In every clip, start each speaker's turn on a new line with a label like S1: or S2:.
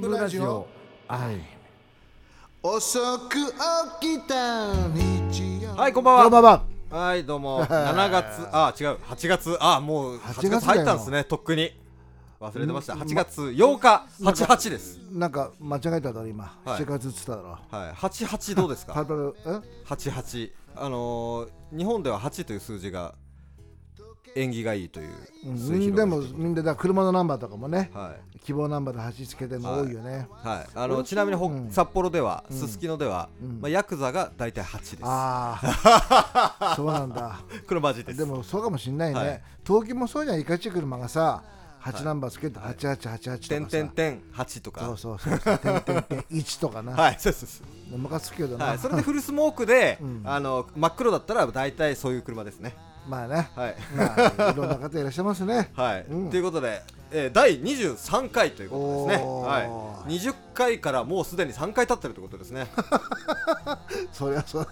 S1: ルラジオ
S2: はい
S1: 遅く起きた日曜
S3: はい、こんばんは。
S2: こんばんは
S3: はい、ど うも。7月、あ、違う、8月、あ、もう8
S2: 8
S3: 月
S2: 月
S3: 入ったんですね、とっくに。忘れてました。8月8日、88です。
S2: なんか間違えただろ今
S3: はい
S2: 7月っつっただろ
S3: はい、88どうです
S2: パ
S3: か
S2: ルパルえ
S3: 88。あのー、日本では8という数字が縁起がいいという
S2: う
S3: 数字
S2: んでもみんなだから車のナンバーとかもね
S3: はい。
S2: 希望ナンバーで走りつけてるの多いよね
S3: はい、あのちなみにほ、
S2: うん
S3: 札幌では、すすきのでは、
S2: うん
S3: まあ、ヤクザが大体8で
S2: あ あそうなんだ
S3: す。これマジです。
S2: でもそうかもしんない
S3: はい
S2: ね東京もそうじゃんいかち車がさ8ナンバーつけて
S3: て
S2: 8888
S3: ん
S2: と
S3: てん
S2: か
S3: てん8と
S2: さそ
S3: か
S2: う。そうそうそう点々点1とかな
S3: はい、そうですそうです。
S2: ムカつくけど
S3: は、
S2: ない
S3: それでフルスモークで、
S2: うん
S3: あの真っ黒だったら大体そういう車ですね。
S2: まあね
S3: はい、
S2: まあいろんな方いらっしゃいますね
S3: はい
S2: うん
S3: ということで、えー、第23回ということですね、
S2: おー
S3: はい、20回からもうすでに3回経ってるということですね
S2: そりゃそう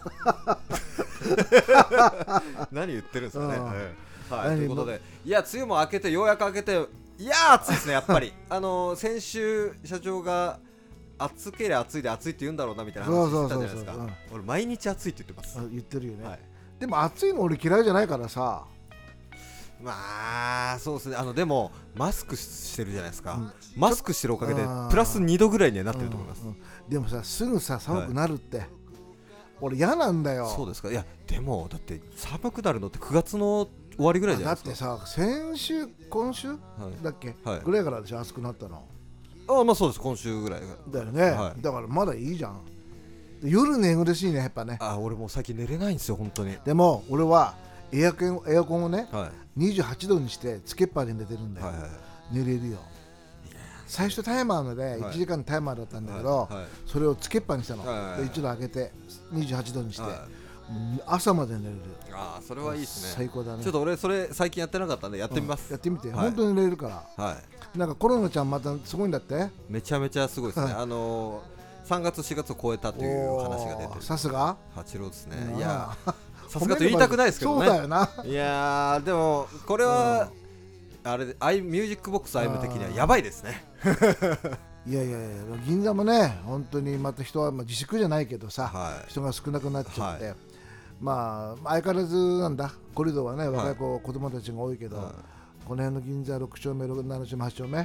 S3: 何言ってるんですかね、
S2: うん
S3: えーはい、
S2: 何
S3: ということでいや梅雨も明けてようやく明けていやー暑いですねやっぱ りあのー先週社長が暑けりゃ暑いで暑いって言うんだろうなみたいな話してたじゃないですか
S2: そうそうそう
S3: 俺毎日暑いって言ってます、
S2: あ言ってるよね、
S3: はい
S2: でも暑いの俺嫌いじゃないからさ、
S3: まあそうですねあのでもマスクしてるじゃないですか、
S2: うん
S3: マスクしてるおかげで
S2: あー
S3: プラス2度ぐらいにはなってると思います、
S2: うんうんでもさすぐさ寒くなるって、俺嫌なんだよ
S3: そうですかいやでもだって寒くなるのって9月の終わりぐらいじゃ
S2: だ
S3: ない
S2: っ
S3: で
S2: て
S3: すか
S2: さ先週今週、
S3: い
S2: だっけ、
S3: はい
S2: ぐらいからでしょ暑くなったの
S3: あまあそうです今週ぐらいが
S2: だよね、
S3: はい
S2: だからまだいいじゃんで夜寝苦しいねやっぱね
S3: あ俺もう最近寝れないんですよ本当に
S2: でも俺はエアコンエアコンをね
S3: は
S2: 28度にしてつけっぱで寝てるん
S3: い
S2: だよ、
S3: はいはい
S2: 寝れるよ最初タイマーので
S3: い
S2: 1時間のタイマーだったんだけど、
S3: はいはい
S2: それをつけっぱにしたの、
S3: はいはいはい
S2: で一度上げて28度にして、
S3: は
S2: うん朝まで寝れる
S3: ああそれはいいですね
S2: 最高だね
S3: ちょっと俺それ最近やってなかったんでやってみま
S2: や
S3: す
S2: ってみて、
S3: はい
S2: 本当に寝れるから
S3: はい
S2: なんかコロナちゃんまたすごいんだって
S3: めちゃめちゃすごいですね
S2: はい
S3: あのー3月4月を超えたという話が出て
S2: お
S3: る
S2: ーさすが
S3: 八郎ですね
S2: うん
S3: いやさすがと言いたくないですけどね
S2: そうだよない
S3: やーでもこれは、あれアイミュージックボックスアイム的にはやばいですね
S2: いやいやいや銀座もね本当にまた人は、まあ、自粛じゃないけどさ、
S3: はい
S2: 人が少なくなっちゃって、
S3: は
S2: まあ相変わらずなんだコリドーはね若い子、子供たちが多いけど、
S3: は
S2: この辺の銀座6丁目6 7丁目8丁目、
S3: は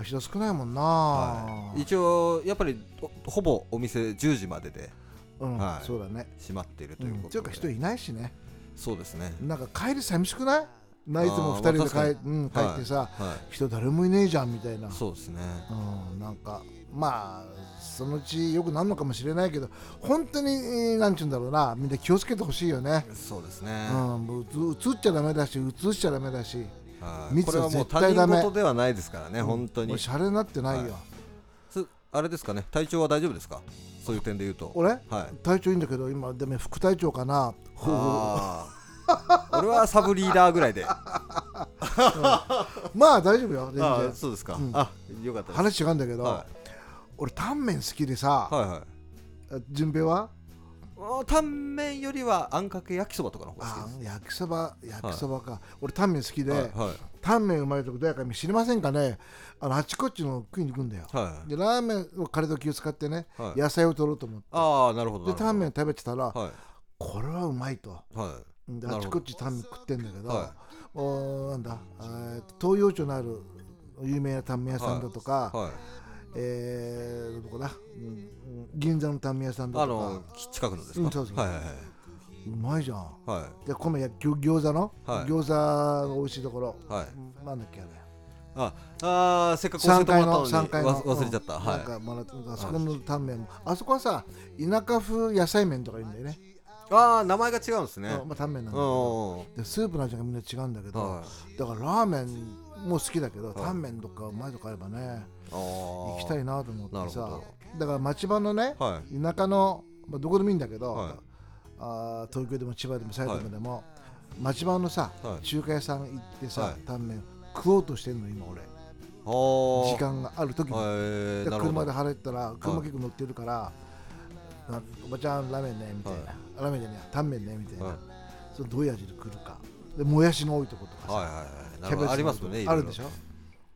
S3: い、
S2: 人少ないもんな、
S3: はい、一応やっぱりほほぼお店10時までで
S2: うん、
S3: はい
S2: そうだね
S3: 閉まっていると
S2: う
S3: いうんこと
S2: て
S3: で、
S2: いうか人いないしね
S3: そうですね
S2: なんか帰り寂しくないナイツも
S3: あー
S2: 2人で
S3: まあ
S2: 帰,、
S3: 確かに
S2: うん、帰ってさ、
S3: は、
S2: 人誰もいねえじゃんみたいない
S3: そうですね
S2: うん、なんかまあそのうちよくなるのかもしれないけど本当にえーなんて言うんだろうなみんな気をつけてほしいよね、
S3: そうですね、
S2: うん、もううつうつっちゃダメだしうつしちゃダメだし
S3: はい
S2: 密
S3: これは
S2: は
S3: もう
S2: 絶
S3: 他
S2: 対
S3: 人
S2: ダメ
S3: 事ではないですからね、本当
S2: もう
S3: に
S2: シャレになってないよ、
S3: はすあれですかね体調は大丈夫ですかそういう点で言うと
S2: 俺、
S3: はい
S2: 体調いいんだけど今でも副隊長かなほう
S3: あー 俺はサブリーダーぐらいであ
S2: まあ大丈夫よ全
S3: あ
S2: 然
S3: ーそうですか、
S2: うん
S3: あよかったです
S2: 話違うんだけど、
S3: は
S2: 俺タンメン好きでさ、
S3: いはいはい
S2: 順平は
S3: あータンメンよりはあんかけ焼きそばとかの方が好
S2: あ
S3: きです
S2: ー焼きそば焼きそばか、俺タンメン好きで、
S3: はいはい
S2: タンメンうまいとこどうやかみ知りませんかねあのあちこちの食いに行くんだよ、
S3: はい
S2: でラーメンのカレー時を使ってね、
S3: はい
S2: 野菜を取ろうと思って
S3: ああなるほど
S2: で
S3: なるほど
S2: タンメン食べてたら、
S3: は
S2: これはうまいと
S3: いは
S2: で
S3: な
S2: あ
S3: るほど
S2: ちこちタンメン食ってんだけど、
S3: は
S2: おーなんだえー東洋町のある有名なタンメン屋さんだとか、
S3: いはい
S2: えーどこだ、うんうん銀座のタンメン屋さんだ
S3: あ
S2: とか
S3: のき近くのですか、
S2: うんそうそう
S3: はいはいはいう
S2: まいじゃん
S3: は
S2: で米や餃餃子の、
S3: はい
S2: 餃子が美味しいところ、
S3: いはい
S2: なんだっけあれ
S3: ああーせっかく教えてもらったの
S2: 三
S3: に
S2: 階の
S3: わ忘れちゃった、
S2: うん
S3: は
S2: ないんかもらったあそこのタンメンもあそこはさ田舎風野菜麺とか言うんだよね
S3: ああ名前が違うんですね
S2: うんまあタンメンなん
S3: う
S2: だけど
S3: んうんうん
S2: でスープの味がみんな違うんだけど
S3: は
S2: だからラーメンも好きだけどタンメンとかうまいとかあればね
S3: あ行
S2: 行きたいなと思って
S3: なる
S2: さ
S3: ほ
S2: だから町場のね
S3: は
S2: 田舎のまあどこでもいいんだけ
S3: はい
S2: どあー東京でも千葉でも埼玉でも町場のさ
S3: はい
S2: 中華屋さん行って
S3: は
S2: さ
S3: い
S2: タンメン食おうとしてんの今俺
S3: い
S2: 時間がある時に
S3: え
S2: で
S3: なるほ
S2: 車
S3: ど
S2: で
S3: は
S2: 払ったら車結構乗ってるから、なおばちゃんラーメンねみたいな、
S3: は
S2: ラーメンじゃねえタンメンねみたいな、
S3: はい
S2: それどういう味で来るかでもやしの多いとことか
S3: い
S2: さ、
S3: はいはいなるほどありますよね
S2: い
S3: い
S2: ろ
S3: ろ
S2: いろあ
S3: いろ
S2: るでしょだか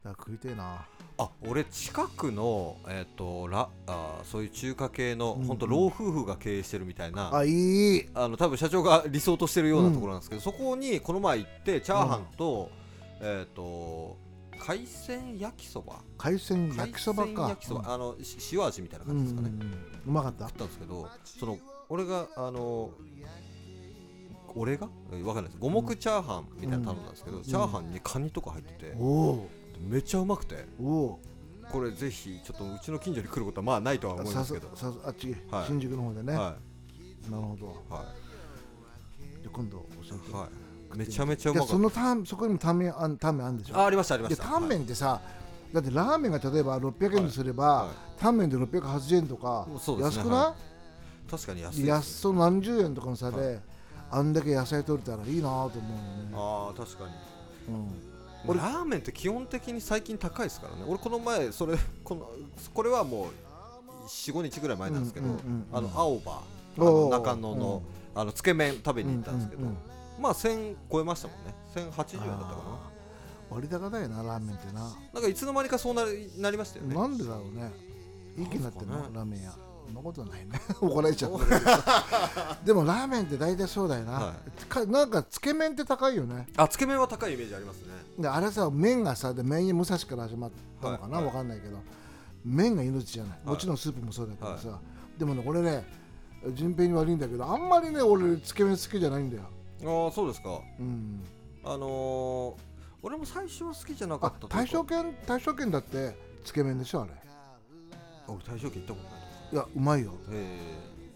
S2: ら食いてえな
S3: あ俺近くの、えっとらあーそういう中華系の
S2: うん
S3: 本当老夫婦が経営してるみたいな、
S2: あいい
S3: あの多分社長が理想としてるようなところなんですけど、そこにこの前行ってチャーハンと、えっと海鮮焼きそば
S2: 海鮮焼きそば
S3: 海鮮
S2: か
S3: 焼きそば、あのし塩味みたいな
S2: うん
S3: 感じですかね、
S2: うんうんうまかった
S3: 食ったんですけどその俺があの俺がえわかんないです五目チャーハンみたいなの頼んだんですけど、チャーハンにカニとか入ってて
S2: おお
S3: めっちゃうまくて
S2: うお
S3: これぜひちょっとうちの近所に来ることはまあないとは
S2: お
S3: 思い
S2: さ
S3: ます
S2: す
S3: けど
S2: さすあっち、
S3: はい
S2: 新宿の方でね、
S3: は
S2: なるほど
S3: いは
S2: で今度教えて
S3: いはいめちゃめちゃうま
S2: い
S3: か
S2: やそ
S3: っ
S2: のタンそこにもタンメンあんタンメンあるんでしょ
S3: たあありましたありま
S2: で
S3: した
S2: タンメンってさ、だってラーメンが例えば600円とすれば、
S3: はいはい
S2: タンメンで680円とか、
S3: そうですね
S2: 安くない、
S3: は確かに安い
S2: で
S3: で
S2: 安
S3: す
S2: そう何十円とかの差で、
S3: は
S2: あんだけ野菜取れたらいいなと思うよね
S3: ああ確かに
S2: うん
S3: 俺ラーメンって基本的に最近高いですからね俺この前それ このこれはもう45日ぐらい前なんですけど、
S2: うんうんうんうん
S3: あの青葉あの
S2: おー
S3: 中野の,、あのつけ麺食べに行ったんですけど、
S2: うんうんうん
S3: まあ1000超えましたもんね1080円だったか
S2: あー割高だよなラーメンってな、
S3: ななんかいつの間にかそうなりなりましたよね
S2: なんでだろうねいい気になってるの、
S3: なんすかね
S2: ラーメン屋そんなことないね 怒られちゃうでもラーメンって大体そうだよな、
S3: は
S2: かなんかつけ麺って高いよね
S3: あつけ麺は高いイメージありますね
S2: であれさ麺がさで麺に武蔵から始まったのかな、
S3: はい
S2: わかんないけど麺が命じゃない、
S3: い
S2: もちろんスープもそうだけどさ、でもね俺ね順平に悪いんだけどあんまりね俺つけ麺好きじゃないんだよ、
S3: ああそうですか
S2: うん、
S3: あのー、俺も最初は好きじゃなか
S2: あ
S3: った
S2: 大正
S3: 正
S2: 圏大正圏だってつけ麺でしょあれ
S3: 俺大正軒行ったことない
S2: いやうまいよ
S3: え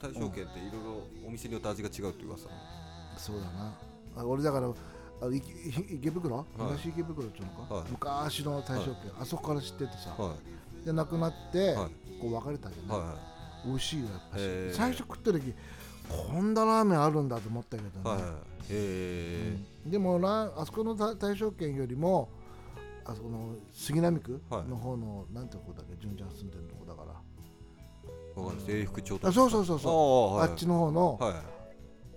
S3: え大正軒っていろいろお店によって味が違うって噂
S2: そうだなあ俺だからあい い池袋、東池袋っていうのか、
S3: はい
S2: 昔の大正圏、あそこから知っててさ、
S3: は
S2: で亡くなって、
S3: はい
S2: こう別れたじゃ
S3: い
S2: ない、
S3: はい
S2: 美味しいよやっぱし
S3: へー
S2: 最初食った時こんなラーメンあるんだと思ったけどね、
S3: はいはいはい。え
S2: でもラあそこの大大正圏よりもあそこの杉並区
S3: はい
S2: の方の、なんてとこだっけ純ちゃん住んでるとこだから
S3: ー、わかんないです。永福町とか。
S2: あそうそうそうそうあ,、
S3: ああはい
S2: っちの方の
S3: はい。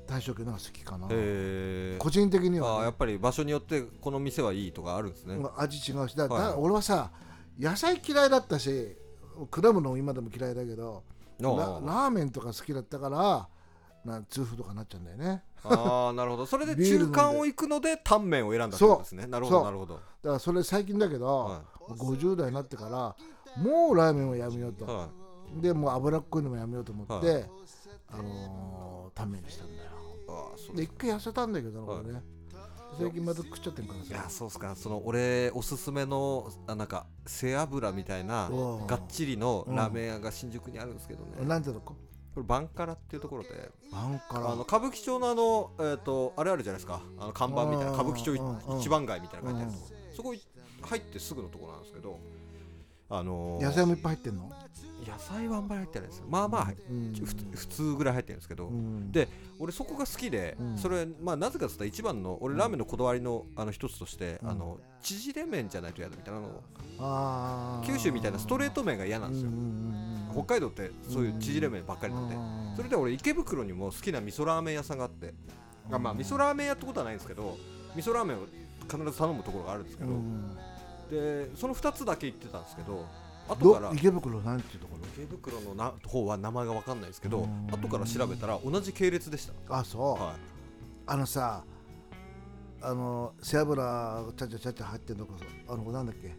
S2: 大正圏の方が好きかな、
S3: え
S2: 個人的に
S3: ー、ああや
S2: は、
S3: っぱり場所によってこの店はいいとかあるんですね。
S2: ね、味違うしだ,、
S3: はい
S2: だ俺はさ野菜嫌いだったし果物も今でも嫌いだけどララ
S3: あ
S2: ーメンとか好きだったからな痛風とかになっちゃうんだよね
S3: あああなるほど。それで
S2: ビール飲ん
S3: 中
S2: で
S3: 間を行くのでタンメンを選んだってことですね。なるほ
S2: そ
S3: ど
S2: う
S3: なるほど。
S2: だからそれ最近だけど、
S3: は
S2: 50代になってからもうラーメンはやめようと、
S3: は
S2: でもう脂っこいのもやめようと思って、
S3: は
S2: あのー、タンメンにしたんだよ
S3: い。ああそう
S2: で
S3: です。
S2: 一回痩せたんだけどな、
S3: はい
S2: 俺ね最近また食っちゃってるから
S3: いや
S2: さ
S3: そうっすかその俺おすすめのあなんか背脂みたいな
S2: おう
S3: がっちりのラーメン屋が新宿にあるんですけどね、こ
S2: なんてとこ
S3: れバンカラっていうところで
S2: バンカ
S3: あ
S2: ラ
S3: の歌舞伎町のあの、えー、とあれあるじゃないですかあの看板みたいな
S2: うん
S3: 歌舞伎町
S2: うんうん
S3: い一番街みたいな書いてあるとこそこい入ってすぐのとこなんですけどあのー
S2: 野菜もいっぱい入ってんの
S3: 野菜はあんまり入ってないですよまあまあ、
S2: うん
S3: ふ普通ぐらい入ってるんですけど、
S2: うん
S3: で俺そこが好きで、
S2: うん
S3: それまあなぜかというと一番の俺ラーメンのこだわりのあの一つとして、あの縮れ麺じゃないと嫌だみたいなの
S2: あー
S3: 九州みたいなストレート麺が嫌なんですよ、
S2: うんうんうん
S3: 北海道ってそういう縮れ麺ばっかりなんで、
S2: うん
S3: それで俺池袋にも好きな味噌ラーメン屋さんがあって、あまあ味噌ラーメン屋ってことはないんですけど味噌ラーメンを必ず頼むところがあるんですけど、
S2: うん
S3: でその2つだけ行ってたんですけど後
S2: ど
S3: から
S2: 池袋なんていうとこ
S3: 池袋のな方は名前が分かんないですけ
S2: う
S3: ど
S2: ん
S3: 後から調べたら同じ系列でし
S2: ろあ
S3: た、
S2: そう、
S3: は
S2: あのさあの背脂がちゃちゃちゃちゃ入ってるのこそあのなんだっけ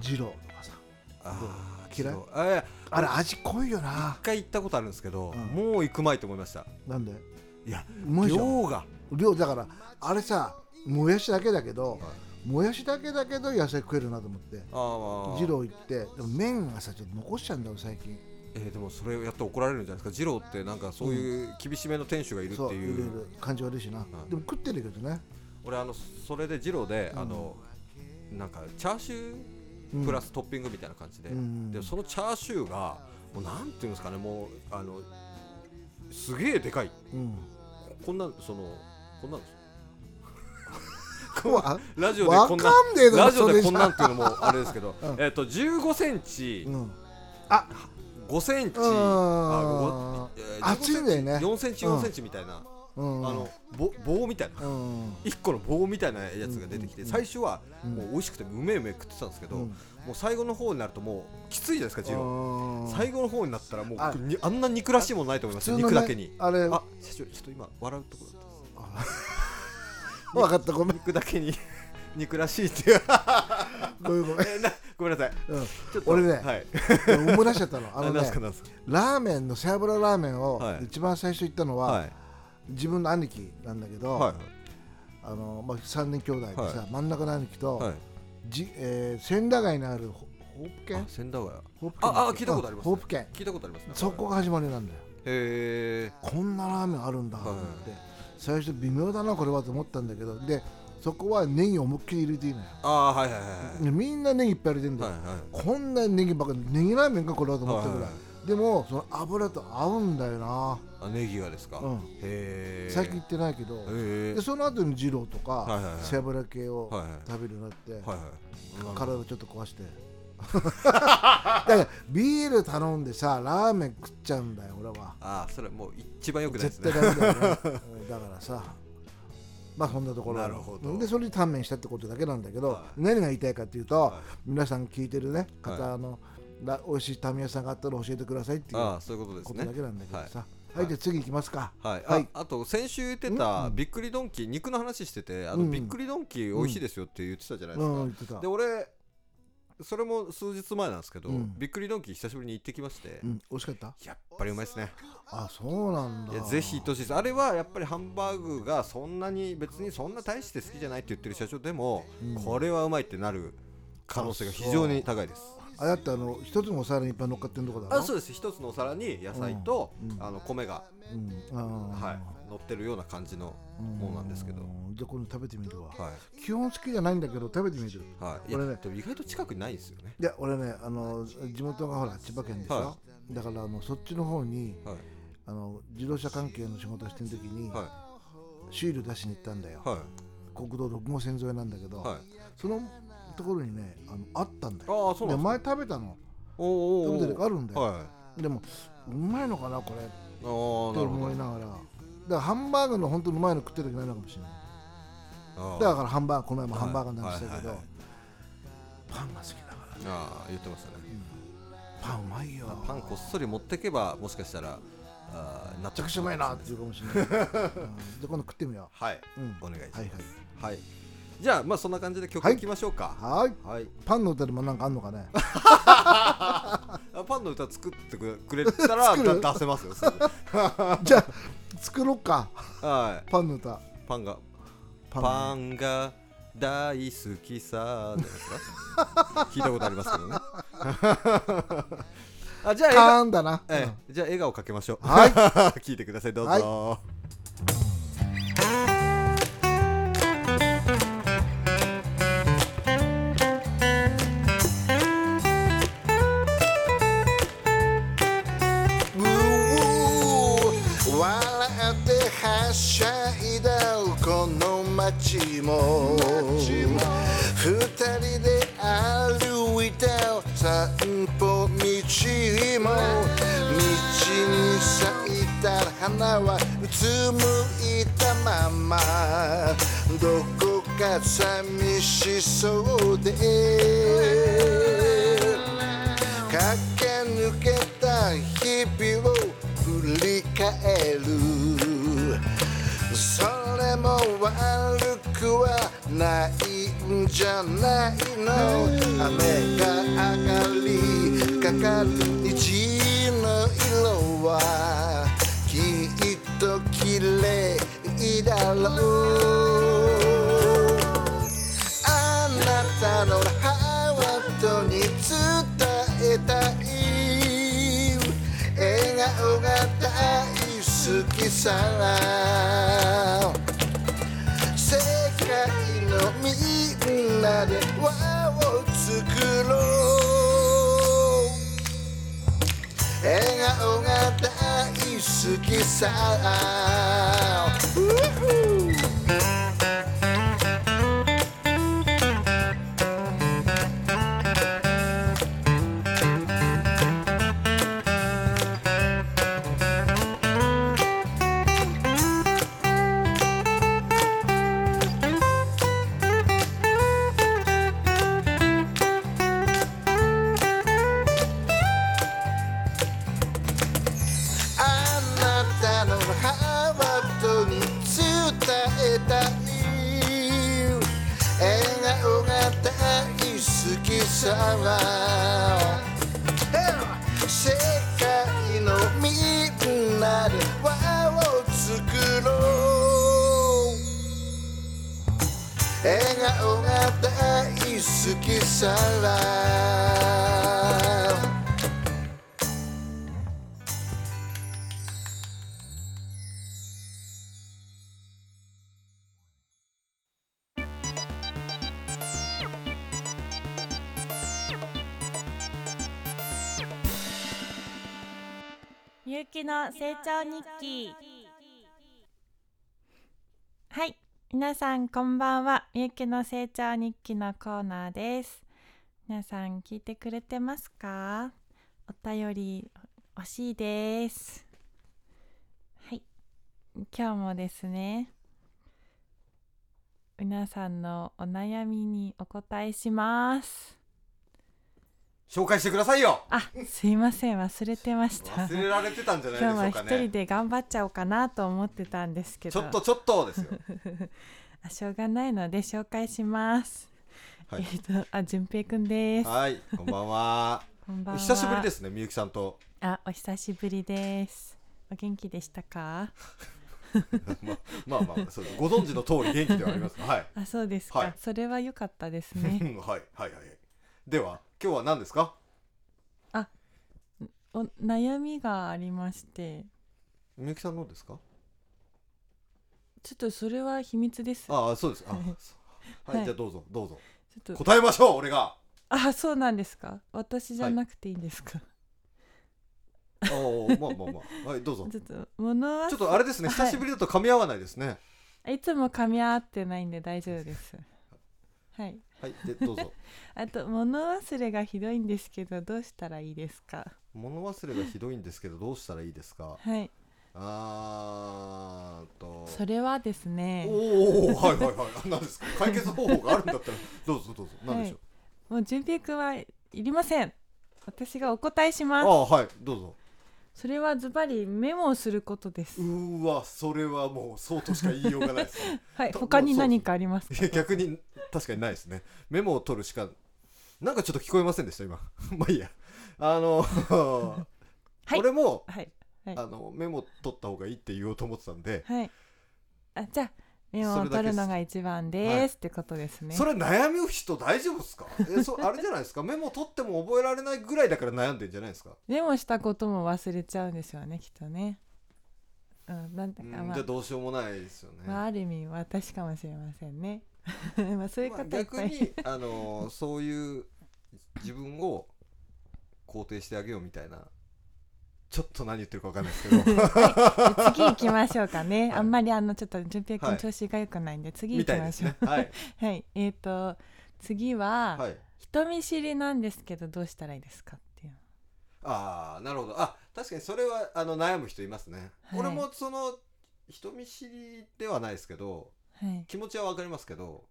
S2: ジローとかさ
S3: い、あー
S2: 嫌い
S3: ちょっとあいや
S2: あれ味濃いよな
S3: 一回行ったことあるんですけど、
S2: うん
S3: もう行くまいと思いました
S2: なんで
S3: いや
S2: うまいじゃん
S3: 量が
S2: 量だからあれさもやしだけだけど、もやしだけだけど野菜食えるなと思って
S3: あー
S2: 二郎行ってでも麺がさちょっと残しちゃうんだよ最近
S3: えーでもそれをやって怒られるんじゃないですか二郎ってなんかそういう厳しめの店主がいるって
S2: そう
S3: い
S2: いう
S3: う
S2: ろいろ感じ悪いしな、でも食ってるけどね
S3: 俺あのそれで二郎で、あのなんかチャーシュープラストッピングみたいな感じで、
S2: うん
S3: でそのチャーシューがもうなんていうんですかねもうあのすげえでかい
S2: うん
S3: こんなそのこんなんです
S2: わ
S3: ラジオでこんな
S2: わかんねえだろ
S3: ラジオ
S2: それ
S3: で
S2: じ
S3: こ
S2: ゃ
S3: んなんっていうのもあれです けど、
S2: ん
S3: えっと15センチ、
S2: うん
S3: 5センチ、
S2: うん
S3: あごえー15
S2: 熱いんだよね
S3: 4センチ4センチみたいな、
S2: ううん
S3: あのぼ棒みたいな
S2: うん
S3: 一個の棒みたいなやつが出てきて、最初は
S2: うん
S3: もう美味しくてうめうめ食ってたんですけど、
S2: うん
S3: もう最後の方になるともうきついじゃないですかジロ
S2: う
S3: ー
S2: ん
S3: 最後の方になったらもう
S2: あ
S3: ああんな肉らしいものないと思いますよ、肉だけにあ
S2: あれ
S3: あ社長ちょっと今笑うところだったんです
S2: 分かったごめん
S3: 肉だけに肉らしいっていう
S2: ごめんごめん、
S3: えな ごめんなさい
S2: うん、
S3: ちょっと
S2: 俺ね
S3: はい
S2: 思い出しちゃったのあ
S3: あ
S2: の
S3: なん
S2: ね
S3: すかなんすか
S2: ラーメンの背脂ラーメンを、
S3: はい
S2: 一番最初行ったのは、
S3: はい
S2: 自分の兄貴なんだけど、
S3: は
S2: あのまあ、3人兄弟でさ、
S3: は
S2: 真ん中の兄貴と、
S3: いはい
S2: じえー千駄ヶ谷にあるホホープ
S3: あ
S2: 県
S3: 千駄ヶ谷
S2: ホープ
S3: ああ聞いたことあります
S2: ホープ県
S3: 聞いたことありますね
S2: そこが始まりなんだよ
S3: へえ
S2: こんなラーメンあるんだと思って、最初微妙だなこれはと思ったんだけどでそこはネギを思いっきり入れていいのよ
S3: ああはいはいは
S2: でみんなネギいっぱい入れてんだ
S3: いは
S2: よ、
S3: いはいはい
S2: こんなネギばっかりネギラーメンかこれはと思ったぐらい、
S3: はいは
S2: でもその油と合うんだよな、
S3: あネギがですか、
S2: うん
S3: へえ
S2: 最近行ってないけど、
S3: へえ
S2: でその後に二郎と
S3: はいはい
S2: か
S3: はい
S2: 背脂系を
S3: はいはい
S2: 食べるようになって、
S3: はいはい
S2: 体をちょっと壊してだからビール頼んでさラーメン食っちゃうんだよ俺は
S3: ああそれもう一番よくないです
S2: 絶
S3: ね
S2: 対ダメだよねうんだからさまあそんなところ
S3: なるほど
S2: でそれに鍛錬したってことだけなんだけど、
S3: は
S2: 何が言いたいかっていうと、
S3: は
S2: 皆さん聞いてるね方、
S3: は
S2: あのら美味しいタミヤさんがあったら教えてくださいっていう
S3: ああそういうことで
S2: こ
S3: す
S2: とだけ
S3: ね
S2: なんだけどさはい、
S3: はい
S2: じゃあ次行きますか
S3: はい、
S2: はい
S3: ああと先週言ってたびっくりドンキー肉の話しててあの、
S2: うん
S3: びっくりドンキー美味しいですよって言ってたじゃないで
S2: う
S3: す
S2: ん
S3: か、
S2: 言ってた
S3: で俺それも数日前なんですけど、
S2: うん
S3: びっくりドンキー久しぶりに行ってきまして、
S2: うん、美味しかった
S3: やっぱりうまいですね
S2: あそうなん
S3: い
S2: だ
S3: やぜひ行ってほしいですあれはやっぱりハンバーグがそんなに別にそんな大して好きじゃないって言ってる社長でも、
S2: うん
S3: これはうまいってなる可能性が非常に高いです
S2: あだってあの一つのお皿にいっぱい乗っかってるとこだろ
S3: あそうです一つのお皿に野菜と、
S2: うんうん
S3: あの米が、
S2: うんあー
S3: はい、乗ってるような感じの
S2: う
S3: ものなんですけど、
S2: じゃあこれ食べてみるわ
S3: は
S2: 基本好きじゃないんだけど食べてみる
S3: いはい、いや
S2: これね
S3: でも意外と近くにないですよね、
S2: いや俺ねあの地元がほら千葉県でしょ、
S3: は
S2: だからあのそっちの方に
S3: はい
S2: あの自動車関係の仕事してる時に、
S3: は
S2: シール出しに行ったんだよ、
S3: いはい
S2: 国道6号線沿いなんだけど、
S3: はい
S2: そのところにねあのあったんだよ
S3: ああそうな
S2: で
S3: んですか
S2: 前食べたの
S3: お
S2: 食べ
S3: ー
S2: てる時あるんだよ、
S3: はいあ
S2: でもうまいのかなこれって
S3: あーなるほ
S2: 思い
S3: ど
S2: ながらだからハンバーグの本当にうまいの食ってる時ないのかもしれない
S3: あー
S2: だからハンバーグこの前もハンバーガーの話したけど、
S3: はいはいはい
S2: パンが好きだから
S3: あー言ってましたね
S2: パンうまいよ
S3: パンこっそり持ってけばもしかしたらあー
S2: めち
S3: 納
S2: ゃ
S3: 得
S2: く
S3: し
S2: ちゃうまいなっていうかもしれない、うん、じゃあ今度食ってみよ
S3: はい、
S2: うん
S3: お願いしま
S2: うは
S3: す
S2: い
S3: はい、じゃあまあそんな感じで曲いきましょうか
S2: はいはい
S3: はい、
S2: パンの歌でもなんかあんのか ね
S3: あパンの歌作ってくれたら
S2: 作る
S3: だ出せますよすぐ
S2: じゃあ作ろっか
S3: は
S2: パンの歌
S3: いパンが
S2: パン
S3: パンが大好きさーってやつ聞いたことありますけどね あじゃあ笑
S2: カーンだな、
S3: 顔、ええじゃあ笑顔かけましょう
S2: はい
S3: 聞いてくださいどうぞ、
S1: うー笑ってはしゃいだこの街も二人で歩いた散歩道も道に咲いた花はうつむいたままどこか寂しそうで駆け抜けた日々を振り返るそれも悪くはないんじゃないの雨が上がりかかる虹の色はきっと綺麗だろうあなたのハートに伝えたい笑顔が大好きさ世界のみんなで輪を作ろう笑顔が大好きさ「世界のみんなで輪を作ろう笑顔が大好きさら
S4: みゆきの成長日記はい皆さんこんばんはみゆきの成長日記のコーナーです皆さん聞いてくれてますかお便り欲しいですはい今日もですね皆さんのお悩みにお答えします
S3: 紹介してください よ
S4: あすいません忘れてました
S3: 忘れられてたんじゃないで
S4: 今日は
S3: しょう
S4: 一
S3: か
S4: 人
S3: ね
S4: で頑張っちゃおうかなと思ってたんですけ
S3: ちょ
S4: ど
S3: っとちょっと ですよ
S4: あしょうがないので紹介します、
S3: はい
S4: えっ、とあ順平くんです
S3: はいこんばんは
S4: こんばんは
S3: 久しぶりですすねみゆきさんと
S4: あお久しぶりですお元気でしたか
S3: ままあまあそうですご存知の通り元気ではありますがはい
S4: あそうですか、
S3: はい
S4: それは良かったです
S3: うん
S4: ね
S3: はいはいはいはいでは今日は何ですか
S4: お悩みがありまして
S3: みゆきさんのですか
S4: ちょっとそれは秘密ですちょ
S3: ああそうですあそうはい、
S4: はい
S3: じゃあどうぞどうぞ
S4: っと
S3: 答えましょう俺が
S4: あそうなんですか私じゃなくていいんですか、
S3: ああまあまあまあ はいどうぞ
S4: ちょっと物は
S3: ちょっとあれですね
S4: はい
S3: 久しぶりだと噛み合わないですね
S4: いつも噛み合ってないんで大丈夫ですはい
S3: はいでどうぞ
S4: あと物忘れがひどいんですけどどうしたらいいですか
S3: 物忘れがひどいんですけどどうしたらいいですか
S4: はい
S3: あーっと
S4: それはですね
S3: おおはいはいはい何ですか解決方法があるんだったらどうぞどうぞ何でしょう、
S4: もう純平くんはいりません私がお答えしま
S3: あ
S4: す
S3: あはいどうぞ
S4: それはズバリメモをすることです
S3: うーわそれはもうそうとしか言いようがないですね
S4: はい
S3: と
S4: 他
S3: もう
S4: に
S3: そう
S4: 何かあります
S3: いや
S4: か
S3: 逆に確かにないですねメモを取るしかなんかちょっと聞こえませんでした今 まあいいやあの、
S4: はい
S3: 俺も
S4: はい
S3: あのメモ取った方がいいって言おうと思ってたんで、
S4: はいあじゃあメモを取るのが一番です
S3: はい
S4: ってことですね
S3: それ悩みを人大丈夫ですかえ そあれじゃないですかメモ取っても覚えられないぐらいだから悩んでんじゃないですか、
S4: メモしたことも忘れちゃうんですよねきっとねうんなんだ
S3: う
S4: か
S3: ん
S4: まあ
S3: じゃあどうしようもないですよね、
S4: まあ、ある意味私かもしれませんね まあそういう
S3: まあ
S4: 方いっ
S3: 逆
S4: ぱい
S3: に、あのーそういう自分を肯定してあげようみたいなちょっと何言ってるか分かんないですけ ど
S4: 次行きましょうかね、
S3: はい
S4: あんまりあのちょっと順平
S3: は
S4: 君
S3: い
S4: 調子が良くないんで次行
S3: み
S4: き
S3: たい
S4: ま
S3: で
S4: し
S3: す
S4: ょう、
S3: ねはい、
S4: はいえー、と次は、
S3: はい、
S4: 人見知りなんですけどどうしたらいいですかっていう
S3: ああなるほどあ確かにそれはあの悩む人いますね、
S4: はい
S3: 俺もその人見知りではないですけど
S4: はい
S3: 気持ちは分かりますけど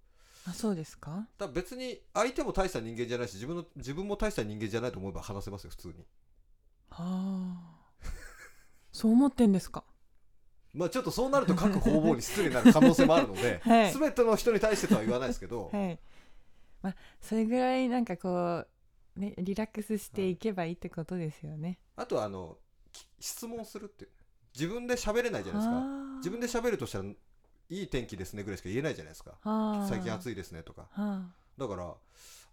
S4: あそうですか
S3: だから別に相手も大した人間じゃないし自分の自分も大した人間じゃないと思えば話せますよ普通に
S4: はあそう思ってんですか
S3: まあちょっとそうなると各方々に失礼になる可能性もあるので、
S4: はい
S3: 全ての人に対してとは言わないですけど、
S4: はいまあそれぐらいなんかこうねリラックスしていけばいいってことですよね、
S3: あとはあのき質問するっていう自分で喋れないじゃないです
S4: あ
S3: か
S4: ー
S3: 自分で喋るとしたらいい天気ですねぐらいしか言えないじゃないですか
S4: あ
S3: 最近暑
S4: い
S3: いですねとか
S4: は
S3: だから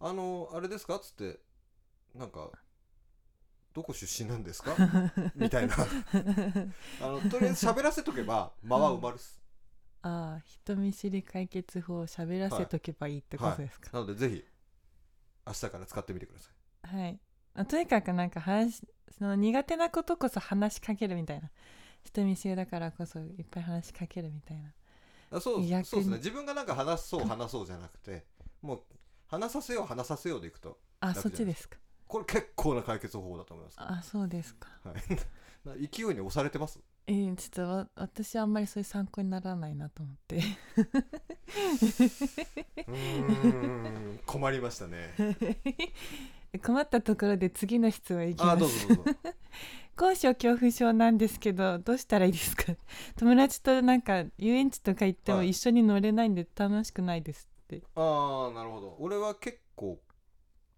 S3: あのあれですかっつってなんかどこ出身なんです かみたいなあのとりあえず喋らせとけば間は埋まるっす、
S4: あああ人見知り解決法を喋らせとけばいいってことですか、
S3: なのでぜひ明日から使ってみてください
S4: はい、あとにかくなんか話しその苦手なことこそ話しかけるみたいな人見知りだからこそいっぱい話しかけるみたいな
S3: あそう
S4: 逆に
S3: そうですね自分がなんか話そう話そうじゃなくてもう話させよう話させようでいくと
S4: あ
S3: 楽じゃない
S4: そっちですか
S3: これ結構な解決方法だと思います
S4: あそうですか
S3: な勢いに押されてます
S4: えー、ちょっとわ私あんまりそういう参考にならないなと思って
S3: うーん困りました ね
S4: 困ったところで次の質問いき
S3: あ
S4: ま
S3: ーどう
S4: す
S3: ぞどうぞ
S4: 高所恐怖症なんですけどどうしたらいいですか 友達となんか遊園地とか行っても
S3: はい
S4: 一緒に乗れないんで楽しくないですって
S3: ああなるほど俺は結構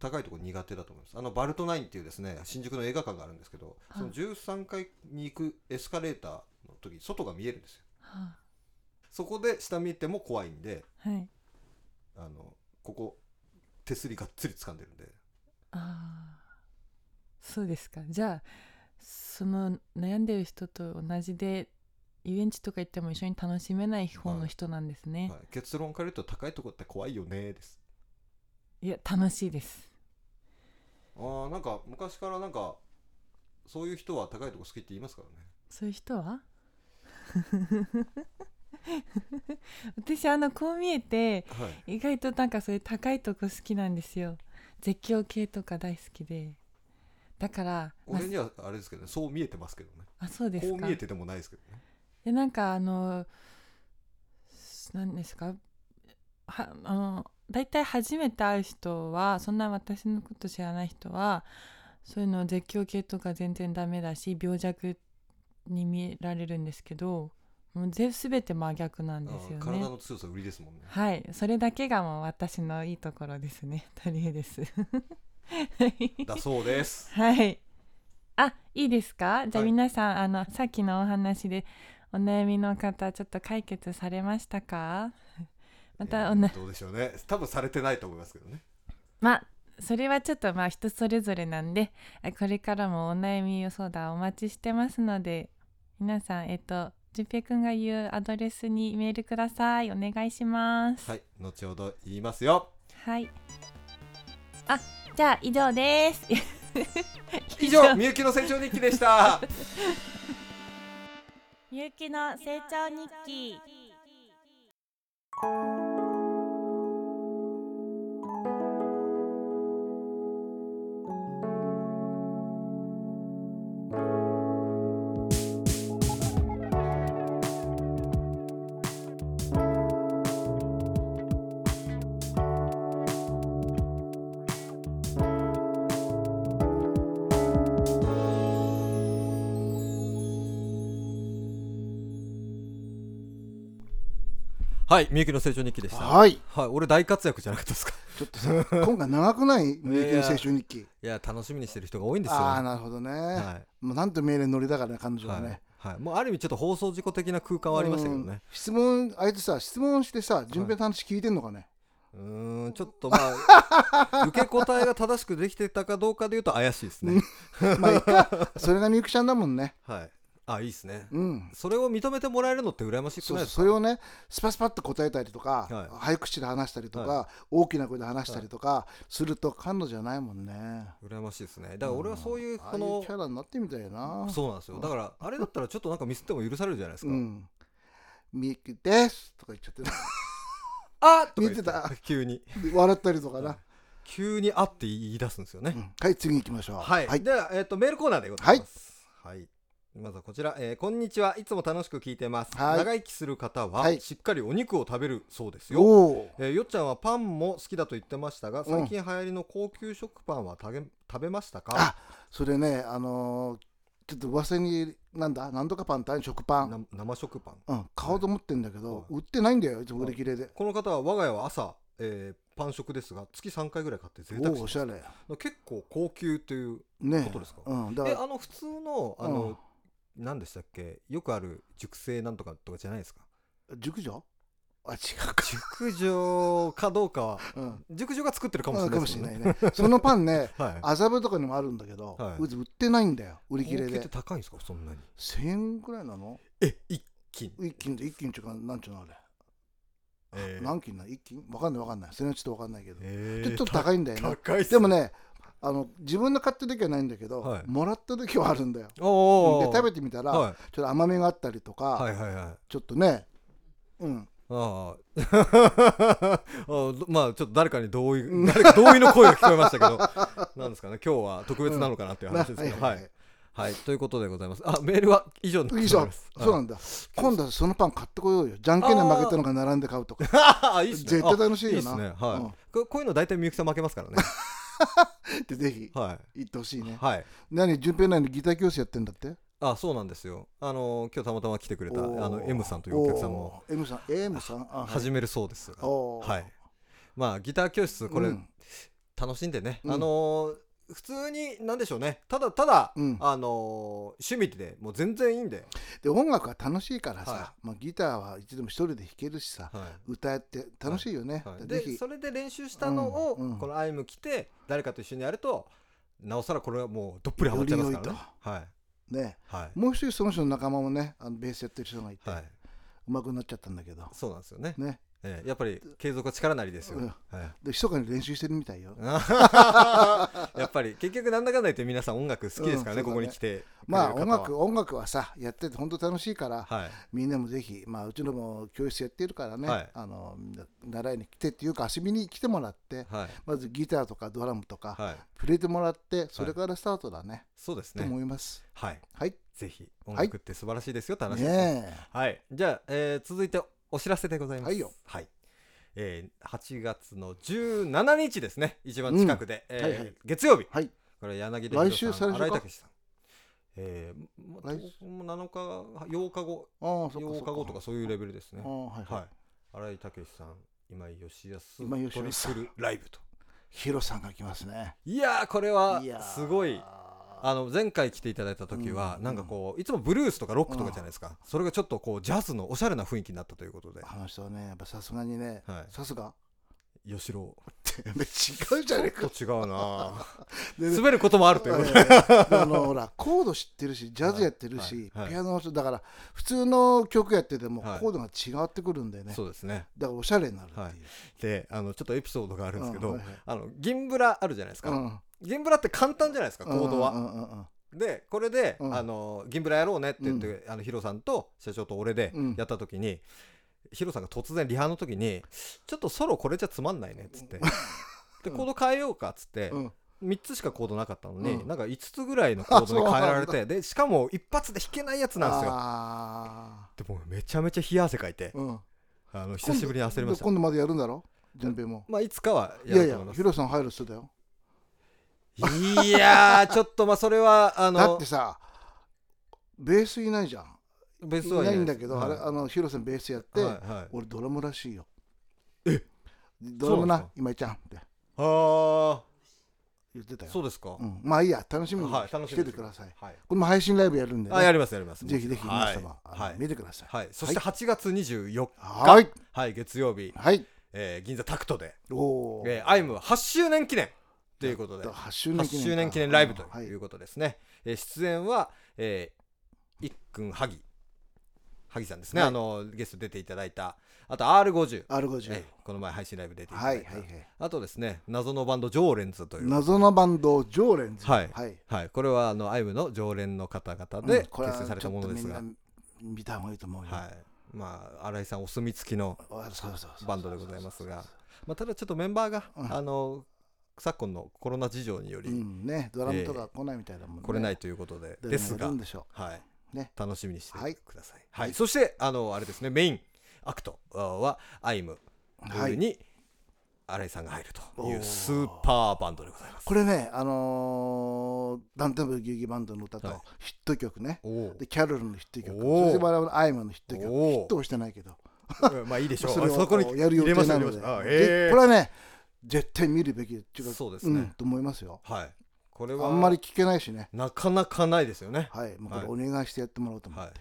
S3: 高いところ苦手だと思いますあのバルトナインっていうですね新宿の映画館があるんですけど、
S4: は
S3: そ
S4: い
S3: の13階に行くエスカレーターの時外が見えるんですよ
S4: は
S3: そこで下見ても怖いんで
S4: あはい
S3: あのここ手すりがっつり掴んでるんで
S4: ああそうですかじゃあその悩んでる人と同じで遊園地とか行っても一緒に楽しめない方の人なんですね、
S3: はい、結論から言うと高いとこって怖いよねです
S4: い、や楽しいです
S3: あーなんか昔からなんかそういう人は高いとこ好きって言いますからね
S4: そういう人は 私あのこう見えて
S3: はい
S4: 意外となんかそういう高いとこ好きなんですよ絶叫系とか大好きでだから、まあ
S3: 俺にはあれですけどねそう見えてますけどね
S4: あそうです
S3: こ
S4: か
S3: う見えてでもないですけどね
S4: でなんかあのす何ですかはあの大体初めて会う人はそんな私のこと知らない人はそういうの絶叫系とか全然ダメだし病弱に見られるんですけどもう全全て真逆なん
S3: あ
S4: ですよ
S3: ー
S4: ね。
S3: 体の強さ売りですもんね
S4: はい、それだけがもう私のいいところですね。 とりえです。はい
S3: だそうです
S4: はい。あ、いいですか。じゃあ
S3: はい
S4: 皆さん、あのさっきのお話でお悩みの方ちょっと解決されました か。またおな、
S3: えーどうでしょうね多分されてないと思いますけどね
S4: まあそれはちょっとまあ人それぞれなんで、あこれからもお悩み予想談お待ちしてますので、皆さんえっと純平くんが言うアドレスにメールください。お願いします。
S3: はい後ほど言いますよ
S4: はい。あ、じゃあ以上です。
S3: 以 上みゆきの成長日記でした
S4: みゆきの成長日記。
S3: はいみゆきの成長日記でしたはい、
S2: はい
S3: 俺大活躍じゃなかったですか
S2: ちょっとさ今回長くないみゆきの青春日記
S3: いや楽しみにしてる人が多いんですよ
S2: ああなるほどね、
S3: は
S2: もうなんと命令乗りだからね彼
S3: い
S2: 女はね、
S3: はい、はい、もうある意味ちょっと放送事故的な空間はありましたけど
S2: う
S3: ね
S2: ん質問あえてさ質問してさ順平の話聞いてんのかね、
S3: うーんちょっとま あ受け答えが正しくできてたかどうかでいうと怪しいですね
S2: まあいい かそれがみゆきちゃんだもんね
S3: はいあいいですね
S2: うん
S3: それを認めてもらえるのって羨ましく
S2: そ
S3: ないうですか
S2: それをねスパスパッと答えたりとか、
S3: は
S2: 早口で話したりとか、
S3: は
S2: 大きな声で話したりとか、すると彼女じゃないもんね
S3: 羨ましいですねだから俺はそういう
S2: ああ
S3: こ
S2: いう
S3: の
S2: キャラになってみたいな
S3: そうなんですよだからあれだったらちょっとなんかミスっても許されるじゃないですか、
S2: んみゆきですとか言っちゃってな
S3: あっとか言っ
S2: 見てた
S3: 急に
S2: 笑ったりとかな、
S3: 急にあって言い出すんですよね、
S2: うんはい次行きましょう
S3: はい、では、えっとメールコーナーでございますはい、まずはこちら、えーこんにちはいつも楽しく聞いてます、
S2: はい
S3: 長生きする方は、
S2: はい
S3: しっかりお肉を食べるそうですよ
S2: おお
S3: えーよっちゃんはパンも好きだと言ってましたが
S2: うん
S3: 最近流行りの高級食パンは食べ食べましたか
S2: あそれねあのーちょっと噂になんだ何とかパン単食パン
S3: な生食パン
S2: うん、買おうと思ってんだけど、
S3: はい
S2: 売ってないんだよいつも売り切れで
S3: この方は我が家は朝、えーパン食ですが月3回ぐらい買って贅
S2: お
S3: 沢
S2: おお
S3: し
S2: してゃ
S3: ます
S2: れ
S3: 結構高級という
S2: ねえ
S3: ことですか
S2: うん、だか
S3: え
S2: ら
S3: あの普通のあの、何でしたっけよくある熟成なんとかとかじゃないですか
S2: 熟女あ違うか、
S3: 熟女かどうかは
S2: うん、
S3: 熟女が作ってるか
S2: う
S3: もし
S2: ん
S3: れな
S2: か
S3: い
S2: も
S3: で
S2: し
S3: す
S2: れ
S3: よ
S2: な
S3: ね
S2: いねそのパン ね
S3: はい
S2: 麻布とかにもあるんだけど、
S3: はいう
S2: ち売ってないんだよ売り切れ
S3: 高級っ
S2: で
S3: て高いんですかそんなに
S2: 1000円ぐらいなの
S3: え一斤
S2: 一斤で一斤っていうかなんちゅうのあれ、
S3: えー
S2: 何斤なん一斤わかんないわかんないそれはちょっとわかんないけど、
S3: えー
S2: ちょっと高いんだよね
S3: 高いっす
S2: でもねあの自分の買った時はないんだけど、
S3: はい
S2: もらった時はあるんだよ
S3: お
S2: で
S3: ー
S2: 食べてみたら、
S3: は
S2: ちょっと甘みがあったりとか、
S3: い、はいはいはいあ
S2: ちょっとねうん
S3: あ あーどまあちょっと誰かに同意誰か同意の声が聞こえましたけど なんですかね今日は特別なのかなっていう話ですけど、はいはい、ということでございます。あ、メールは以上にな
S2: 以
S3: りま
S2: 上
S3: す。
S2: そうなんだ今度はそのパン買ってこようよじゃんけんで負けたのが並んで買うと か
S3: はいいいっすね。
S2: 絶対楽しいよな
S3: あいいっすね。はい。
S2: うん
S3: ここういうの大体みゆきさん負けま すからね。
S2: ってぜひ
S3: は
S2: 言ってほしい
S3: い。
S2: ね
S3: はい。
S2: 何順平なにギター教室やってんだって
S3: あ、そうなんですよ。あの今日たまたま来てくれたあ
S2: おー
S3: の M さんというお客さんも
S2: おー M さん M さんあはい
S3: 始めるそうですが、
S2: おー
S3: はい。まあギター教室これ、
S2: うん
S3: 楽しんでね、
S1: うん
S3: あのー普通になんでしょうねただただ、
S1: うん
S3: あのー趣味でもう全然いいんで、
S1: で音楽は楽しいからさ、
S3: は
S1: まあ、ギターはいつでも一人で弾けるしさ、
S3: はい
S1: 歌って楽しいよね、
S3: はい
S1: ぜ
S3: で
S1: ひ
S3: それで練習したのを、
S1: うんうん
S3: このアイム来て誰かと一緒にやるとなおさらこれはもうどっぷりハマっちゃいますからね
S1: より良い
S3: はい
S1: ね
S3: は
S1: もう一人その人の仲間もねあのベースやってる人がい
S3: い、
S1: て、
S3: はい、
S1: うまくなっちゃったんだけど
S3: そうなんですよね
S1: ね
S3: ええやっぱり継続は力なりですよ、
S1: うん
S3: はい
S1: で密かに練習してるみたいよ、
S3: やっぱり結局なんだかんだ言って皆さん音楽好きですからね、
S1: うん
S3: ここに
S1: そうだね
S3: 来て
S1: まあ
S3: くれ
S1: 音
S3: る方は
S1: 楽音楽はさやってて本当楽しいから、
S3: はい
S1: みんなもぜひ、まあ、うちのも教室やってるからね、
S3: はい
S1: あのみんな習いに来てっていうか遊びに来てもらって
S3: はい
S1: まずギターとかドラムとか、
S3: はい
S1: 触れてもらってそれからスタートだね、
S3: そうです
S1: と
S3: ね
S1: 思います
S3: はい
S1: はい
S3: ぜひ音
S1: い
S3: 楽って素晴らしいですよって話ですね
S1: ね
S3: はいじゃあ、えー続いてお知らせでございます
S1: はいよ
S3: はいえー8月の17日ですね一番近くで、えー
S1: はいはい
S3: 月曜日
S1: えはい
S3: これ柳出
S1: 来
S3: 博
S1: 週
S3: さん
S1: 再来週か
S3: 新井武さんえー、も
S1: 来
S3: う7日8日後
S1: ああそっか
S3: 8日後とかそういうレベルですね
S1: ああはいはい、
S3: はい、新井武さん、今井義康
S1: 今井義
S3: トリ
S1: 康さん
S3: プルライブと。
S1: ヒロさんが来ますね
S3: いやー、これはい
S1: やー
S3: すごい。あの前回来ていただいた時は、
S1: うん
S3: なんかこういつもブルースとかロックとかじゃないですか、それがちょっとこうジャズのおしゃれな雰囲気になったということで
S1: あの人はねやっぱさすがにね
S3: はい
S1: さすが
S3: 吉郎
S1: 違うじゃねえ
S3: ちょ
S1: か
S3: っと違うなぁ
S1: でね
S3: 滑ることもあるということで、
S1: で あのほらコード知ってるしジャズやってるし、
S3: はいはい
S1: ピアノの人だから普通の曲やってても
S3: はい
S1: コードが違ってくるんだよね、
S3: そうですね
S1: だからおしゃれになるっていう、
S3: はいであのちょっとエピソードがあるんですけど、
S1: うんはいはい
S3: あの銀ブラあるじゃないですか、
S1: うん
S3: 銀ブラって簡単じゃないですかコードは、
S1: うんうんうんうん
S3: でこれで、
S1: うん
S3: あの銀ブラやろうねって言って、あのヒロさんと社長と俺で
S1: うん
S3: やった時に、ヒロさんが突然リハの時に「ちょっとソロこれじゃつまんないね」っつって、でコード変えようかっつって、
S1: うん
S3: 3つしかコードなかったのに、
S1: うん
S3: なんか5つぐらいのコードに変えられ
S1: あそう
S3: てでしかも一発で弾けないやつなんですよ
S1: あ
S3: でもうめちゃめちゃ冷や汗かいて
S1: ー、うん、
S3: あの久しぶりに焦りました
S1: 今度今度までやるんだろ順平も
S3: まあいつかはいや
S1: や
S3: る
S1: い
S3: と
S1: や
S3: 思います
S1: ヒロさん入る人だよ
S3: いやー ちょっとまあそれはあ
S1: だっ
S3: の
S1: てさベースいないじゃん
S3: 別
S1: い
S3: 荘は
S1: ないん
S3: で
S1: だ
S3: す
S1: けど、
S3: はい
S1: あれあのヒロさんベースやって、
S3: はいはい
S1: 俺ドラムらしいよえドラム
S3: そうなんです
S1: な
S3: か
S1: 今井ちゃんって
S3: あ
S1: 言ってた
S3: ー
S1: よ
S3: そうですか、
S1: うん、まあいいや楽しみに
S3: はい、楽し
S1: し
S3: みに
S1: てて
S3: して
S1: く
S3: ま
S1: だ
S3: す
S1: さい、
S3: はい。
S1: これも配信ライブやるんで、ね、
S3: あ、やります、やります。
S1: ぜひぜひ皆様、あの
S3: はい。は
S1: 見
S3: い。
S1: てください
S3: はい、そして8月24日、
S1: はいはい、
S3: はい、月曜日、
S1: はい
S3: えー銀座タクトで、
S1: おお、
S3: えーアイム8周年記念ということで、
S1: 8周年記
S3: 8
S1: 念か
S3: 周年記念ライブと
S1: はいいう
S3: ことですね。えー出演は、えー、いっくん萩、萩さんですね、
S1: はい
S3: あの、ゲスト出ていただいた、あと R50、
S1: R50、
S3: えーこの前配信ライブ出ていた
S1: は
S3: だ
S1: い
S3: い
S1: はい
S3: た、
S1: はい
S3: あとですね、謎のバンド、常連ズという。
S1: 謎のバンド常連ズ
S3: はい
S1: はい
S3: はい、これはあのアイムの常連の方々
S1: うん
S3: で
S1: これは
S3: 結成されたものですが、
S1: ちょっとみんな見た方がいいと思うよ、
S3: はい、まあ新井さんお墨付きの
S1: あそうそうそう
S3: バンドでございますが、まあ、ただちょっとメンバーが、
S1: うん
S3: あの昨今のコロナ事情によ
S1: う
S3: り
S1: んねドラムとか来ないみたいだもんね、
S3: 来れないということで、
S1: で
S3: ですが
S1: やるん、でしょ
S3: はい
S1: ね
S3: 楽しみにして
S1: はい
S3: ください、は
S1: はいい
S3: そしてあのあれですねメインアクトはアイム
S1: はい
S3: に新井さんが入るとい
S1: お
S3: う
S1: ー
S3: スーパーバンドでございます。
S1: これねあのーダンテブルギュウギュバンドの歌と
S3: はい
S1: ヒット曲ね、
S3: おー
S1: でキャロルのヒット曲
S3: おー
S1: そして我々のアイマのヒット曲ヒ
S3: おー
S1: ットをしてないけど
S3: まあいいでしょう。
S1: それ
S3: そこ
S1: を
S3: に
S1: やる予
S3: 入れま
S1: 定
S3: した
S1: な
S3: 入れ
S1: の
S3: ま
S1: で
S3: したあ
S1: で
S3: え
S1: こ
S3: ー
S1: れはね絶対見るべきっていうか
S3: そうですね
S1: んと思いますよ
S3: はい。これは
S1: あんまり聞けないしね
S3: なかなかないですよね。
S1: はいもうこれお願いしてやってもらおうと思う、
S3: はい。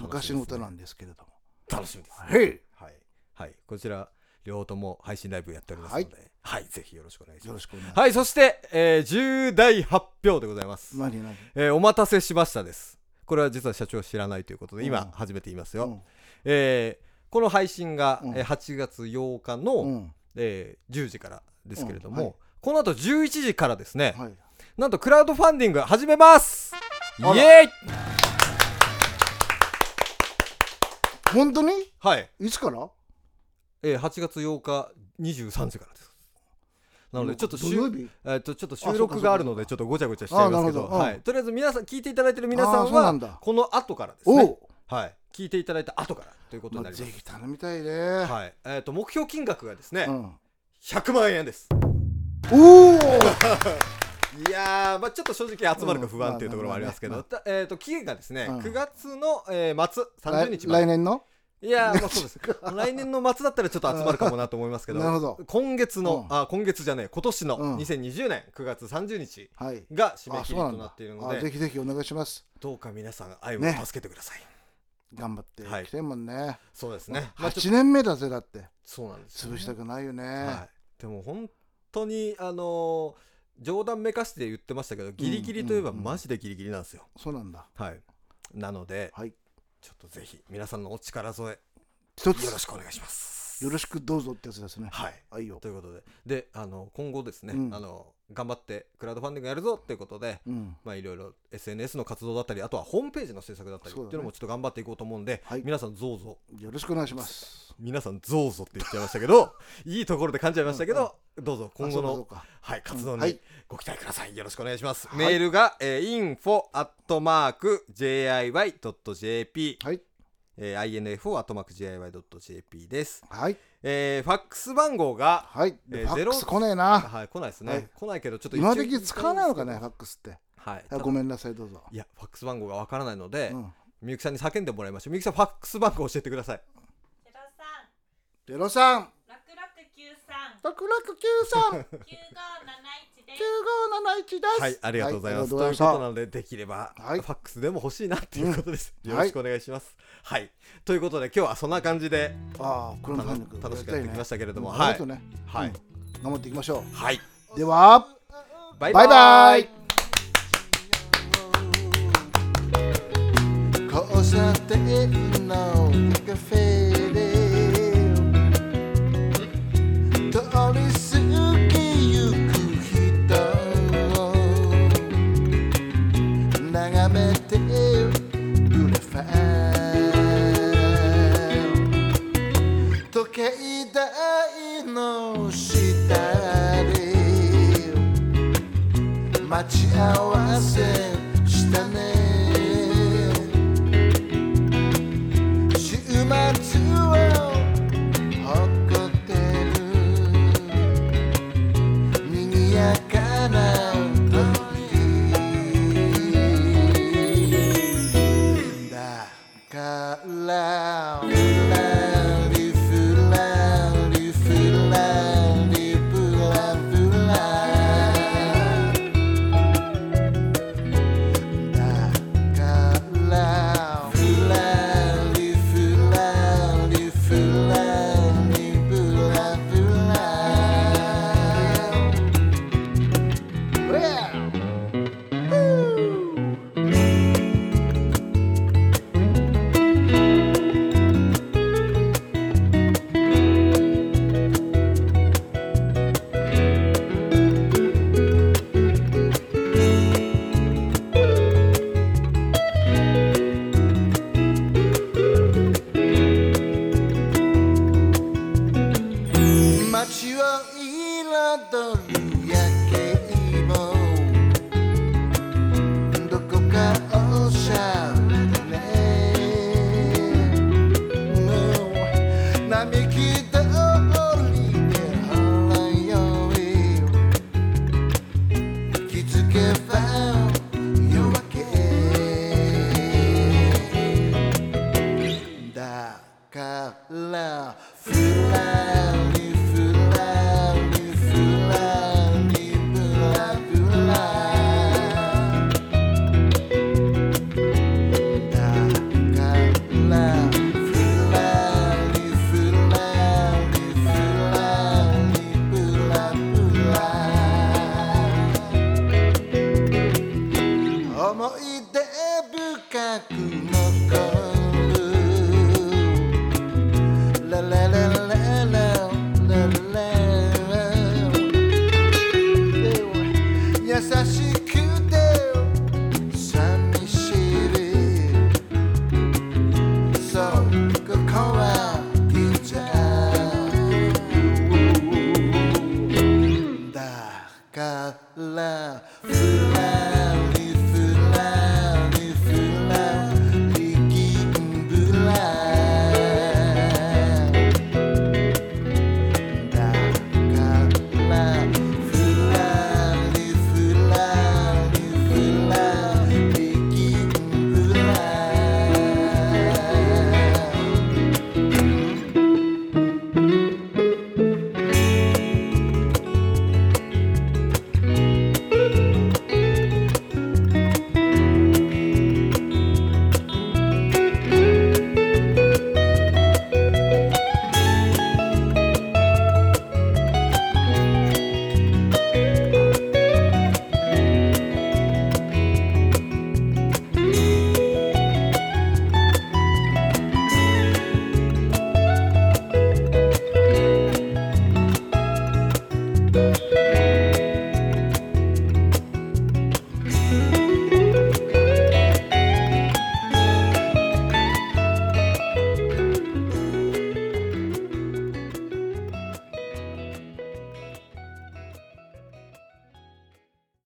S1: 昔の歌な
S3: で
S1: んですけれども
S3: すね楽しみです。
S1: はいよ
S3: はい。はい。こちら、両方とも配信ライブやっておりますので、はい、ぜひよろしくお願いしま
S1: ろ
S3: す。
S1: しくお願いします、
S3: はい、そして、えー重大発表でございます。
S1: 何何
S3: えーお待たせしましたです。これは実は社長知らないということで、
S1: う
S3: 今
S1: ん
S3: 初めて言いますよ。
S1: うん
S3: えーこの配信が、
S1: うん
S3: えー8月8日の、
S1: うん
S3: えー10時からですけれども、
S1: うんはい
S3: この後11時からですね、
S1: はい
S3: なんとクラウドファンディング始めますイ
S1: ら
S3: エーイ
S1: 本当に
S3: はい。
S1: いつから
S3: えー、8月8日23時からです。なので、ちょっと
S1: 土曜日
S3: えっと、ちょっと収録があるので、
S1: あ
S3: ちょっとごちゃごちゃしちゃいますけど、
S1: あなるほどうん
S3: はい。とりあえず、皆さん、聞いていただいてる皆さ
S1: あ
S3: ん
S1: そうなん
S3: は
S1: だ、
S3: この後からです
S1: お
S3: ね。
S1: お、
S3: はい。聞いていただいた後からということに
S1: ま
S3: な
S1: あ、
S3: りま
S1: ぜ
S3: す。
S1: ひ頼みたいね、
S3: はい。えっと、目標金額がですね
S1: う、ん、
S3: 100万円です。
S1: おお
S3: いやー、まあちょっと正直集まるか不安っていうところもありますけ
S1: う
S3: ど、
S1: ん
S3: たえっと、期限がですね、
S1: うん
S3: 9月のえー末、30日ま
S1: 来
S3: で。
S1: 年の
S3: いいやまあそう です来年の末だったらちょっと集まるかもなと思いますけど
S2: なるほど
S3: 今月の、
S2: うん
S3: あ今月じゃねえ今年の
S2: うん
S3: 2020年9月30日
S2: はい
S3: が締め
S2: あ
S3: 切
S2: そ
S3: り
S2: うな
S3: と
S2: ん
S3: な
S2: だ
S3: っているの
S2: あ
S3: で
S2: ぜひぜひお願いします
S3: どうか皆さん愛を
S2: ね
S3: 助けてください、
S2: 頑張って
S3: はい
S2: きてんもんね
S3: そうですね、まあ、ちょっ
S2: 8
S3: と
S2: 年目だぜだって
S3: そうなんですよね
S2: 潰したくないよね
S3: はい、でも本当にあのー冗談めかして言ってましたけどギリギリといえば
S2: うんうん
S3: マジでギリギリなんですよ、
S2: そうなんだ
S3: はいなので、
S2: はい
S3: ちょっとぜひ皆さんのお力添
S2: 一
S3: え
S2: つ
S3: よ
S2: よ
S3: ろしくお願いします
S2: ろしくどうぞってやつですね
S3: はい
S2: はいよ
S3: ということでであの今後ですね、
S2: うん
S3: あの頑張ってクラウドファンディングやるぞっていうことで
S2: うん
S3: まあいろいろ SNS の活動だったりあとはホームページの制作だったりって
S2: そう
S3: い
S2: だね
S3: うのもちょっと頑張っていこうと思うんで、
S2: はい
S3: 皆さんどうぞ
S2: よろしくお願いします
S3: 皆さんどうぞって言っちゃいましたけどいいところで感じちゃいましたけど、どうぞ今後
S2: あそう
S3: の
S2: かそうか
S3: はい、活動
S2: うんは
S3: に
S2: い
S3: ご期待ください。よろしくお願いします。
S2: い
S3: メールが、えー、info.jiy.jp、
S2: はい
S3: えー、info.jiy.jp です、
S2: はい
S3: えー。ファックス番号が、
S2: はい
S3: えー
S2: でファ
S3: ゼ
S2: ッ
S3: ロ
S2: クス来ねえな
S3: はい、来ないですね。
S2: はい
S3: 来ないけど、ちょっと一応
S2: 今時使わないのかねファックスって
S3: はい。
S2: あごめんなさいどうぞ
S3: いや、ファックス番号がわからないので、
S2: うん
S3: みゆきさんに叫んでもらいましょう。みゆきさん、ファックス番号教えてください。
S4: ゼ
S2: ゼ
S4: ロ三
S2: ロ三
S4: 六六九三
S2: 六六九三
S4: 九五七一で
S2: 九五七一です
S3: はい、ありがとうございます。
S2: はありがとうございまし
S3: ということな
S2: た
S3: ので、できれば、
S2: はい
S3: ファックスでも欲しいなっていうことです。
S2: うん
S3: よろしくお願いします。はい、ということで、今日はそんな感じで。
S2: ああ袋の
S3: 楽
S2: 感
S3: し
S2: 覚
S3: 楽しくやってきましたけれども、
S2: はい
S3: は
S2: あ
S3: い
S2: りがとう、ね
S3: はい、
S2: 頑張っていきましょ
S3: はい、
S2: うでは
S3: バイ
S2: バイバイ
S1: 交差点のカフェで通り過ぎゆく人を眺めてグラファン時計台の下で待ち合わせしたね週末を誇ってる賑やかな時だからふらりふらりふらりふらふらだからふらりふらりふらりふらふらふら街を彩る夜景もどこかおしゃれねもう並木通りでほらよい気づけば夜明けだからふらりふらりふらりふらふらだからふらりふらりふらりふらふら思い出深く